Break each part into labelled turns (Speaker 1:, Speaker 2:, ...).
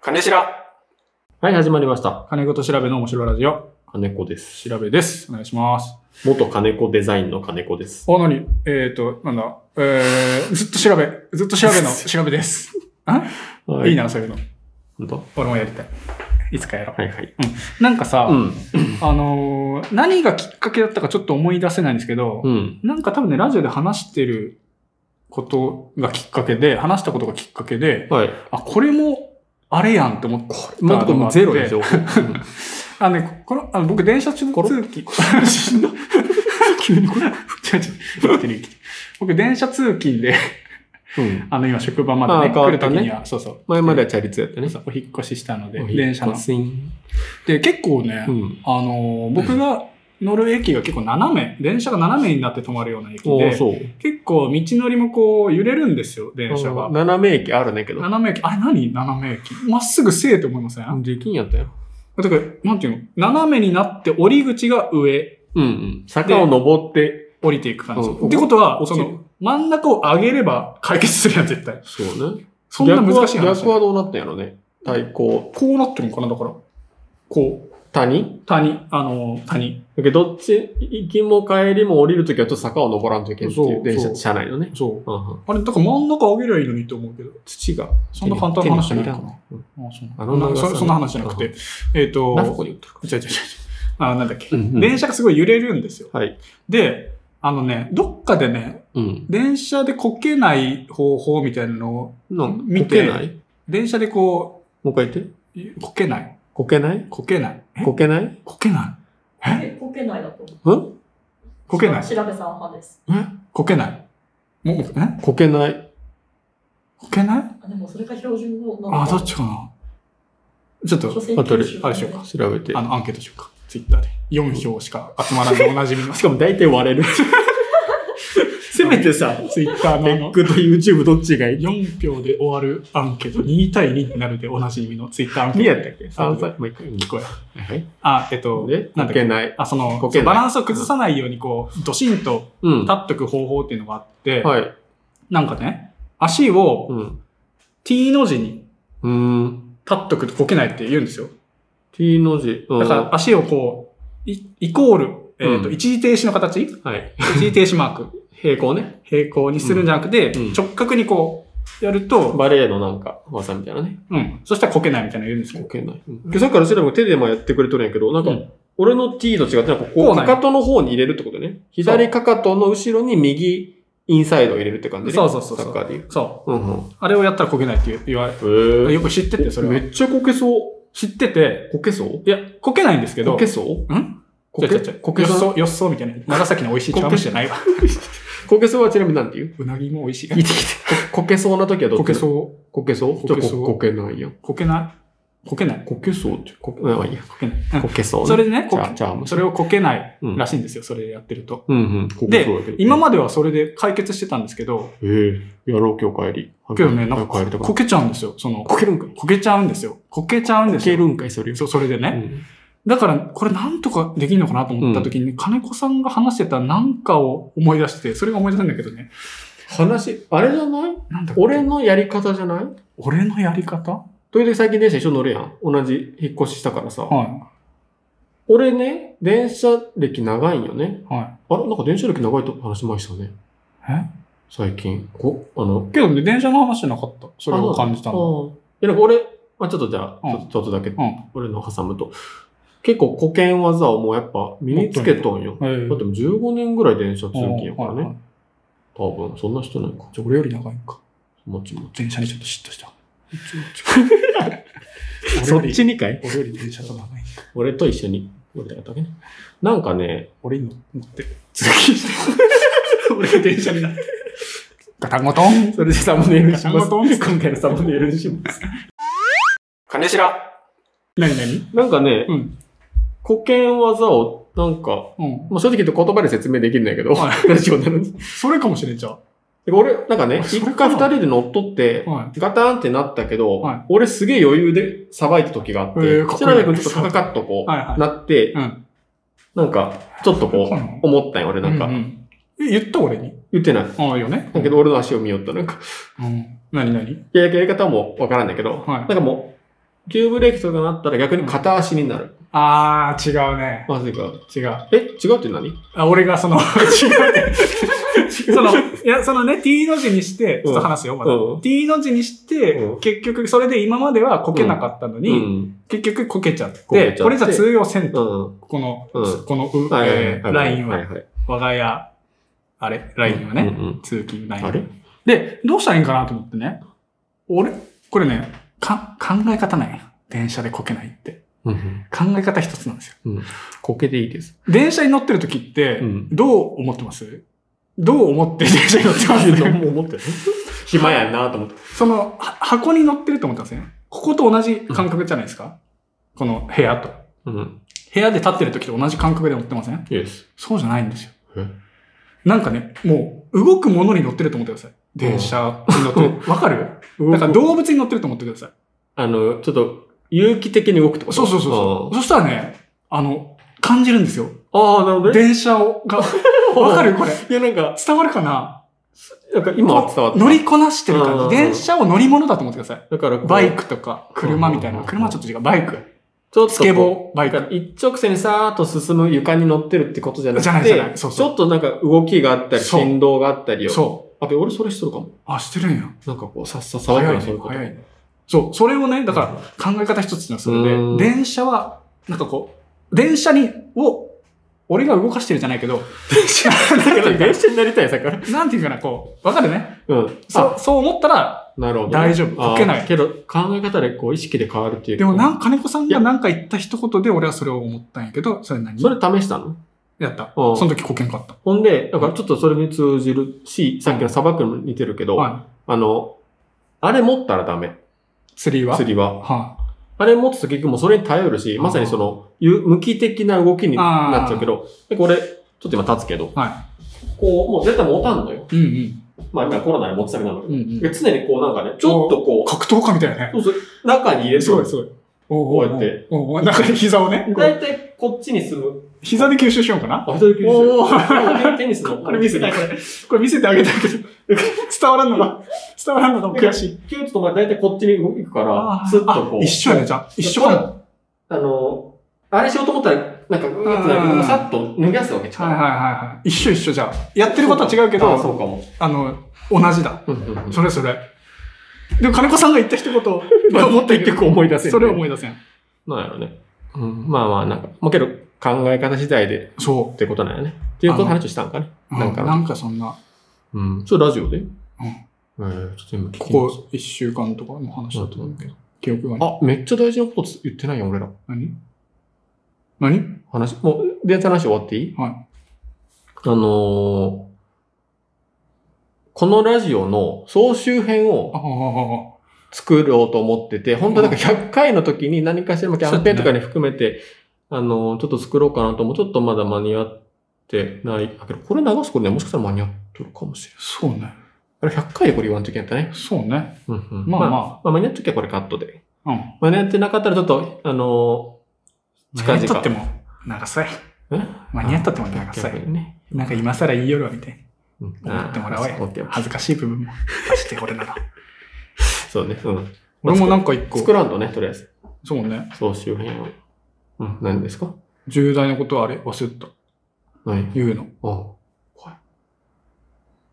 Speaker 1: 金しら
Speaker 2: はい、始まりました。
Speaker 3: 金子と調べの面白いラジオ、
Speaker 2: 金子です。
Speaker 3: 調べです。お願いします。
Speaker 2: 元金子デザインの金子です。
Speaker 3: お、なにえっ、ー、と、なんだ、えー、ずっと調べ、ずっと調 べの、調べです。い、いな、そういうの。
Speaker 2: 本当。
Speaker 3: 俺もやりたい。いつかやろう。
Speaker 2: はいはい。
Speaker 3: なんかさ、
Speaker 2: うん。
Speaker 3: あのー何がきっかけだったかちょっと思い出せないんですけど、
Speaker 2: うん。
Speaker 3: なんか多分ね、ラジオで話してることがきっかけで、話したことがきっかけで、
Speaker 2: はい。
Speaker 3: あ、これも、あれやんって思ったのがあって。
Speaker 2: 今のところゼロで情報。
Speaker 3: あのね、この、あの僕、電車中
Speaker 2: コロ
Speaker 3: 通勤。しんど。急にこれ。違う違う。生きてる生きてる僕、電車通勤で、
Speaker 2: うん。
Speaker 3: あの、今、職場まで
Speaker 2: あ
Speaker 3: ね、
Speaker 2: ー変
Speaker 3: 来
Speaker 2: わっ
Speaker 3: る
Speaker 2: た
Speaker 3: とき
Speaker 2: ね
Speaker 3: には、そうそう。
Speaker 2: 前まではチャリ通やったね。
Speaker 3: そうお引っ越ししたので、
Speaker 2: お引っ越し
Speaker 3: 電車の。
Speaker 2: う
Speaker 3: で、結構ね、
Speaker 2: ん。
Speaker 3: あのー、僕が乗る駅が結構斜め、電車が斜めになって止まるような駅
Speaker 2: おお、
Speaker 3: で、
Speaker 2: そう。
Speaker 3: 結構道のりもこう、揺れるんですよ、電車
Speaker 2: あ
Speaker 3: が
Speaker 2: ー。斜め駅あるねけど。
Speaker 3: 斜め駅、あれ何斜め駅。まっすぐせえと思いません、
Speaker 2: できんやったよ。
Speaker 3: だから、なんていうの斜めになって折り口が上、
Speaker 2: うんうん。坂を登って。
Speaker 3: 降りていく感じ。
Speaker 2: うん
Speaker 3: ってことは、
Speaker 2: 落
Speaker 3: そ
Speaker 2: ちる
Speaker 3: の、真ん中を上げれば解決するやん、絶対。
Speaker 2: そうね。
Speaker 3: そんな難しい
Speaker 2: 逆は
Speaker 3: 話。
Speaker 2: 逆はどうなったんやろね。対抗、
Speaker 3: こうなってるのかな、だから。こう、
Speaker 2: 谷
Speaker 3: 谷、あの、谷。
Speaker 2: だけど、どっち、行きも帰りも降りるときはちょっと坂を登らんといけんって
Speaker 3: そう
Speaker 2: い
Speaker 3: そうう
Speaker 2: 電車、車内のね。
Speaker 3: そう。
Speaker 2: うんうん
Speaker 3: あれ、だから真ん中上げりゃいいのにと思うけど。
Speaker 2: 土が。
Speaker 3: そんな簡単な話じゃないかな
Speaker 2: 手に入らうん
Speaker 3: あそう
Speaker 2: あの
Speaker 3: な
Speaker 2: 長さ
Speaker 3: そそんな話じゃなく
Speaker 2: う
Speaker 3: て。えっと、
Speaker 2: 何個に言ったか。
Speaker 3: 違う違う違う。あ、なんだっけ。
Speaker 2: うんうん
Speaker 3: 電車がすごい揺れるんですよ。
Speaker 2: はい。
Speaker 3: で、あのね、どっかでね、
Speaker 2: うん。
Speaker 3: 電車でこけない方法みたいなのを、
Speaker 2: なんか、こ
Speaker 3: 見
Speaker 2: け
Speaker 3: て
Speaker 2: ない
Speaker 3: 電車でこ
Speaker 2: もう一回言って。
Speaker 3: う、こけない。
Speaker 2: こけない
Speaker 3: こけない。え
Speaker 2: こけない
Speaker 3: こけない。え
Speaker 4: こけないだと思う。
Speaker 2: うん
Speaker 3: こけない。
Speaker 4: 調べさん派です。
Speaker 2: え
Speaker 3: こけない。もう、え
Speaker 2: こけない。
Speaker 3: こけない
Speaker 4: あ、でもそれが標準語なのか
Speaker 3: あ、どっちかなちょっと、あれしようか。
Speaker 2: 調べて。
Speaker 3: あの、アンケートしようか。ツイッターで。4票しか集まらないおなじみの。
Speaker 2: しかも大体 割れる。せめてさ、
Speaker 3: ツイッターのあ
Speaker 2: レッ
Speaker 3: の、
Speaker 2: クと YouTube どっちがいい
Speaker 3: 4票で終わるアンケート、2対2になるでおなじみのツイッターアンケート。
Speaker 2: ?2 やったっけ ?3
Speaker 3: あ
Speaker 2: 歳。もう一回。
Speaker 3: 聞こえ。
Speaker 2: はい。
Speaker 3: あ、えっと、
Speaker 2: で、
Speaker 3: な
Speaker 2: こ
Speaker 3: んだっ
Speaker 2: け
Speaker 3: け。
Speaker 2: ない。
Speaker 3: あ、その、
Speaker 2: こけない
Speaker 3: バランスを崩さないように、こう、ドシンと
Speaker 2: うん。
Speaker 3: 立
Speaker 2: は
Speaker 3: っとく方法っていうのがあって、
Speaker 2: い。
Speaker 3: なんかね、足を
Speaker 2: うん。
Speaker 3: T の字に
Speaker 2: うーん。
Speaker 3: 立っとくとこけないって言うんですよ。
Speaker 2: T の字。うん
Speaker 3: だから足をこう、いイコール、えっ、と、
Speaker 2: うん
Speaker 3: 一時停止の 形一
Speaker 2: はい。
Speaker 3: 時停止マーク。
Speaker 2: 平行ね。
Speaker 3: 平行にするんじゃなくて、
Speaker 2: うん
Speaker 3: 直角にこう、やると、
Speaker 2: バレエのなんか、技みたいなね。
Speaker 3: うん。そしたらこけないみたいなの言うんですけ
Speaker 2: こ
Speaker 3: ど。
Speaker 2: けない。うんさっきから調べも手でまあやってくれとるんやけど、なんか、
Speaker 3: うん
Speaker 2: 俺の T と違って、なんかこ
Speaker 3: こ
Speaker 2: こ、
Speaker 3: うな
Speaker 2: か
Speaker 3: んや
Speaker 2: かとの方に入れるってことね。左かかとの後ろに右インサイドを入れるって感じね。
Speaker 3: そうそうそうそう
Speaker 2: サッカーでいう。
Speaker 3: そ
Speaker 2: うんうん。
Speaker 3: う。あれをやったらこけないって言う言われ
Speaker 2: へ
Speaker 3: よく知ってて、それ
Speaker 2: め
Speaker 3: は。
Speaker 2: っちゃこけそう。
Speaker 3: 知ってて、
Speaker 2: こけそう
Speaker 3: いや、こけないんですけど、
Speaker 2: こけそうんこけ
Speaker 3: 違う違う違う
Speaker 2: こけ
Speaker 3: よっ
Speaker 2: そう。
Speaker 3: そ、よっそみたいな。長崎の美味しい茶碗蒸しじゃないわ。
Speaker 2: こけそうはちなみに何て言う
Speaker 3: うなぎも美味しい。
Speaker 2: 聞いてきて。ここけそうな時はどっ
Speaker 3: こ
Speaker 2: ち。
Speaker 3: けそう
Speaker 2: こけそう
Speaker 3: こけそう
Speaker 2: じゃあここけないやん。
Speaker 3: う。こけない。こけない。
Speaker 2: こけそうって、こけ、まあいいや。
Speaker 3: こけない。うん
Speaker 2: こけそう、
Speaker 3: それでね、
Speaker 2: じ
Speaker 3: こ
Speaker 2: ゃあ、じゃあ、
Speaker 3: それをこけない
Speaker 2: うん
Speaker 3: らしいんですよ、それやってると。
Speaker 2: うんうん。こけ
Speaker 3: で
Speaker 2: そうやけど、
Speaker 3: 今まではそれで解決してたんですけど、
Speaker 2: ええやろう、今日帰り。
Speaker 3: けどね、なん
Speaker 2: 早く帰り
Speaker 3: か
Speaker 2: とか。
Speaker 3: こけちゃうんですよ。その、
Speaker 2: こけるんかい。
Speaker 3: こけちゃうんですよ。こけちゃうんで
Speaker 2: こ
Speaker 3: す
Speaker 2: け
Speaker 3: よ。
Speaker 2: るんかい、それよ。
Speaker 3: そう、それでね。
Speaker 2: うん
Speaker 3: だから、これなんとかできるのかなと思った時に、金子さんが話してたなんかを思い出して、それが思い出せんだけどね。
Speaker 2: 話、あれじゃない
Speaker 3: なんだっけ
Speaker 2: 俺、のやり方じゃない
Speaker 3: 俺のやり方
Speaker 2: という最近電車一緒に乗るやん。同じ引っ越ししたからさ。
Speaker 3: は
Speaker 2: 俺ね、電車歴長いんよね。
Speaker 3: い。は
Speaker 2: あれなんか電車歴長いと話しましたね。
Speaker 3: い。え
Speaker 2: 最近。こ、あの、
Speaker 3: けどね、電車の話じゃなかった。それを感じたの。
Speaker 2: の。いや、なんか俺、まあちょっとじゃあ、
Speaker 3: うん
Speaker 2: ちょっとちょっとだけ、
Speaker 3: うん。
Speaker 2: 俺の挟むと。結構古典技をもうやっぱ身につけとんよ。
Speaker 3: え
Speaker 2: だってもう15年ぐらい電車通勤やから
Speaker 3: はいは
Speaker 2: ね
Speaker 3: い。
Speaker 2: 多分、そんな人ないか。
Speaker 3: じゃあ俺より長いんか。
Speaker 2: もちもち。
Speaker 3: 電車にちょっと嫉妬した。
Speaker 2: にかい
Speaker 3: 俺より電車が長い。
Speaker 2: 俺と一緒に乗りたかったわけね。なんかね、
Speaker 3: 俺に乗って、通勤して。俺が電車になって。ガタンゴトン
Speaker 2: それでサムネイルにし
Speaker 3: ガ
Speaker 2: ます。
Speaker 3: タンゴトン
Speaker 2: 今回のサムネイルにします。
Speaker 1: 金しら
Speaker 3: 何何
Speaker 2: なんかね、
Speaker 3: うん
Speaker 2: 古典技を、なんか、
Speaker 3: うん。
Speaker 2: まあ、正直言うと言葉で説明できるんだけど、
Speaker 3: は
Speaker 2: ラジオなのに。
Speaker 3: それかもしれんじゃん。
Speaker 2: で俺、なんかね、
Speaker 3: そ
Speaker 2: 一
Speaker 3: れか
Speaker 2: 回二人で乗っ取って、
Speaker 3: は
Speaker 2: ガタンってなったけど、
Speaker 3: はい
Speaker 2: 俺すげえ余裕でさばいた時があって、
Speaker 3: えーかっこいい
Speaker 2: 白部君ちょっとカカカッとこう、
Speaker 3: はいはい
Speaker 2: なって、
Speaker 3: うん
Speaker 2: なんか、ちょっとこ
Speaker 3: そうなの
Speaker 2: う、思ったんよ、俺なんか。
Speaker 3: うえ言った俺に。
Speaker 2: 言ってない。
Speaker 3: ああ、よね。
Speaker 2: だけど俺の足を見よった、なんか。
Speaker 3: うん。何何
Speaker 2: いや、やり方はもうわからんだけど、
Speaker 3: はい
Speaker 2: なんかも急ブレーキとかなったら逆に片足になる。
Speaker 3: あー、違うね。
Speaker 2: まずいか。
Speaker 3: 違う。
Speaker 2: え違うって何
Speaker 3: あ、俺がその、違 うね。その、いや、そのね、T の字にして、ちょっと話すよ、まだ。
Speaker 2: うん
Speaker 3: T の字にして、
Speaker 2: うん
Speaker 3: 結局、それで今まではこけなかったのに、
Speaker 2: うん。
Speaker 3: 結局こけちゃって、
Speaker 2: こけちゃって
Speaker 3: これじゃ通用せん
Speaker 2: う
Speaker 3: と。
Speaker 2: ん。
Speaker 3: この、
Speaker 2: うん
Speaker 3: このう、
Speaker 2: はいはい
Speaker 3: えーラインは、
Speaker 2: いい
Speaker 3: 我が家、あれ、ラインはね、
Speaker 2: うんうん
Speaker 3: 通勤ライン。
Speaker 2: あれ
Speaker 3: で、どうしたらいいんかなと思ってね。俺、これね、か、考え方ないな。電車でこけないって。
Speaker 2: うん
Speaker 3: 考え方一つなんですよ。
Speaker 2: うん。こけていいです。
Speaker 3: 電車に乗ってる時って、
Speaker 2: うん
Speaker 3: どう思ってますどう思って 電車に乗ってます、
Speaker 2: も思ってる。 暇やんなと思って。
Speaker 3: その、は箱に乗ってると思ったんですね。ここと同じ感覚じゃないですか、この部屋と。
Speaker 2: うん。
Speaker 3: 部屋で立ってる時と同じ感覚で乗ってません
Speaker 2: イエス。
Speaker 3: そうじゃないんですよ
Speaker 2: え。
Speaker 3: なんかね、もう、動くものに乗ってると思ってください。電車に乗ってる。わかるだから動物に乗ってると思ってください。
Speaker 2: あの、ちょっと、有機的に動くってこと
Speaker 3: そうそうそうそう。そしたらね、あの、感じるんですよ。
Speaker 2: ああ、なるほどね。
Speaker 3: 電車を、 が、わかるこれ。
Speaker 2: いや、なんか、
Speaker 3: 伝わるかな
Speaker 2: なんか今は伝わった。
Speaker 3: 乗りこなしてる感
Speaker 2: うん
Speaker 3: じ。電車を乗り物だと思ってください。
Speaker 2: だからこう、
Speaker 3: バイクとか、車みたいな。
Speaker 2: うん
Speaker 3: 車はちょっと違う。バイク。
Speaker 2: ちょっとこう
Speaker 3: スケボー、バイ
Speaker 2: な
Speaker 3: ク
Speaker 2: ん。か一直線にさーっと進む床に乗ってるってことじゃな
Speaker 3: じゃな
Speaker 2: く
Speaker 3: いじゃない
Speaker 2: て、ち
Speaker 3: そう
Speaker 2: ょっ
Speaker 3: そう
Speaker 2: となんか動きがあったり、
Speaker 3: そう
Speaker 2: 振動があったりを。。
Speaker 3: そう
Speaker 2: あ、で俺それしとるかも。
Speaker 3: う。あ、してるんや。
Speaker 2: なんかこう、さっさ触
Speaker 3: 早
Speaker 2: る
Speaker 3: い
Speaker 2: の
Speaker 3: ね。
Speaker 2: そういうこと。
Speaker 3: 早いね。そう。それをね、だから、考え方一つのそれ
Speaker 2: うん
Speaker 3: で、電車は、なんかこう、電車に、を、俺が動かしてるじゃないけど、
Speaker 2: 電車、だから電車になりたいさから。
Speaker 3: なんていうかな、こう、わかるね。
Speaker 2: うん。
Speaker 3: そう、そう思ったら、
Speaker 2: なるほど。
Speaker 3: 大丈夫
Speaker 2: あー
Speaker 3: こけない
Speaker 2: けど、考え方でこう、意識で変わるっていう。
Speaker 3: でもなん
Speaker 2: か、
Speaker 3: 金子さんがなんか言った一言で俺はそれを思ったんやけど、それ何
Speaker 2: それ試したの
Speaker 3: やった。
Speaker 2: うん
Speaker 3: その時こけんかった。
Speaker 2: ほんで、だからちょっとそれに通じるし、さっきの砂漠にも似てるけど、
Speaker 3: は
Speaker 2: あの、あれ持ったらダメ。
Speaker 3: い。釣りは
Speaker 2: 釣りは。
Speaker 3: は
Speaker 2: あれ持つと結局もうそれに頼るし、まさにその、ゆ無機的な動きになっちゃうけど、でこれ、ちょっと今立つけど、
Speaker 3: い。は
Speaker 2: こう、もう絶対持たんのよ。
Speaker 3: い。うん
Speaker 2: まあ今コロナで持ちたくなる
Speaker 3: うん。うん
Speaker 2: け
Speaker 3: う
Speaker 2: ど。
Speaker 3: ん。
Speaker 2: 常にこうなんかね、ちょっとこ
Speaker 3: 格闘家みたいなね。
Speaker 2: う、そうそう中に入れて
Speaker 3: すごいすごい。おうおうお
Speaker 2: こ
Speaker 3: う
Speaker 2: うやって。
Speaker 3: おうおうなんか膝をね、こ
Speaker 2: 大
Speaker 3: う
Speaker 2: 体こっちに進む。
Speaker 3: 膝で吸収しようかな。
Speaker 2: あ、人で
Speaker 3: お
Speaker 2: テニスの。
Speaker 3: これ見せて
Speaker 2: たい。
Speaker 3: これ見せてあげたいけど、伝わらんのが、伝わらんのが悔しい。
Speaker 2: キュートとまあ大体こっちに動くから、スッとこ
Speaker 3: あ
Speaker 2: う。
Speaker 3: 一緒やね、じゃあ。一緒かも。は
Speaker 2: あの、あれしようと思ったら、なんか、うーってなるけ
Speaker 3: うん
Speaker 2: ど、さっと脱ぎ出すわけち
Speaker 3: いはいはいはい。一緒一緒じゃあ。やって
Speaker 2: て
Speaker 3: ることは違うけど、
Speaker 2: あ、そ
Speaker 3: あ
Speaker 2: うかも。
Speaker 3: の、同じだ。
Speaker 2: うんうんうん
Speaker 3: それそれ。でも金子さんが言った一 言、思って
Speaker 2: 結局思い出せんね
Speaker 3: それを思い出せん。
Speaker 2: なんやろね。うん、まあまあ、なんか、まあけど、考え方次第で
Speaker 3: そ
Speaker 2: ってことなんやね。っていうこと話をしたんかね。
Speaker 3: う。
Speaker 2: な
Speaker 3: なんん
Speaker 2: か
Speaker 3: か、なんかそんな、
Speaker 2: うん。それラジオでうん
Speaker 3: え
Speaker 2: えー、ちょっと今聞き
Speaker 3: こ
Speaker 2: ます
Speaker 3: こ一週間とかの話だと思うけど、記憶がね。
Speaker 2: あ、めっちゃ大事なこと言ってないよ、俺ら。
Speaker 3: 何何
Speaker 2: 話、もう、電話の話終わっていい
Speaker 3: はい。
Speaker 2: あのー、このラジオの総集編を
Speaker 3: ああ、あ
Speaker 2: 作ろうと思ってて、本当なんか100回の時に何かしらのキャンペーンとかに含めて、あの、ちょっと作ろうかなとも、ちょっとまだ間に合ってない。あけど、これ流すことね、もしかしたら間に合っとるかもしれない。
Speaker 3: そうね。
Speaker 2: あれ100回でこれ言わんといけんやったね。
Speaker 3: そうね。
Speaker 2: うんうん
Speaker 3: まあ
Speaker 2: まあ、
Speaker 3: ま
Speaker 2: まあ間に合っときはこれカットで。
Speaker 3: あ。うん。
Speaker 2: 間に合ってなかったらちょっと、あの近々
Speaker 3: 間に合っとっても、長さい。
Speaker 2: え
Speaker 3: 間に合っとっても長さい
Speaker 2: 逆。にね。
Speaker 3: なんか今更言いよるわみたい
Speaker 2: うん
Speaker 3: な。思ってもらおう
Speaker 2: あー思って
Speaker 3: や。
Speaker 2: も
Speaker 3: 恥ずかしい部分も出して、俺 なら。
Speaker 2: そうね。うん。
Speaker 3: 俺もなんか一個、
Speaker 2: 作らんとね、とりあえず。
Speaker 3: そうね。
Speaker 2: 総集編を。うん、何ですか
Speaker 3: 重大なことはあれ、忘れた。
Speaker 2: 何
Speaker 3: 言うの。
Speaker 2: あ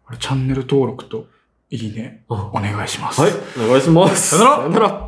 Speaker 3: あれチャンネル登録と、いいね、
Speaker 2: あ。
Speaker 3: お願いします。
Speaker 2: はい、お願いします。
Speaker 3: さよなら
Speaker 2: さよなら。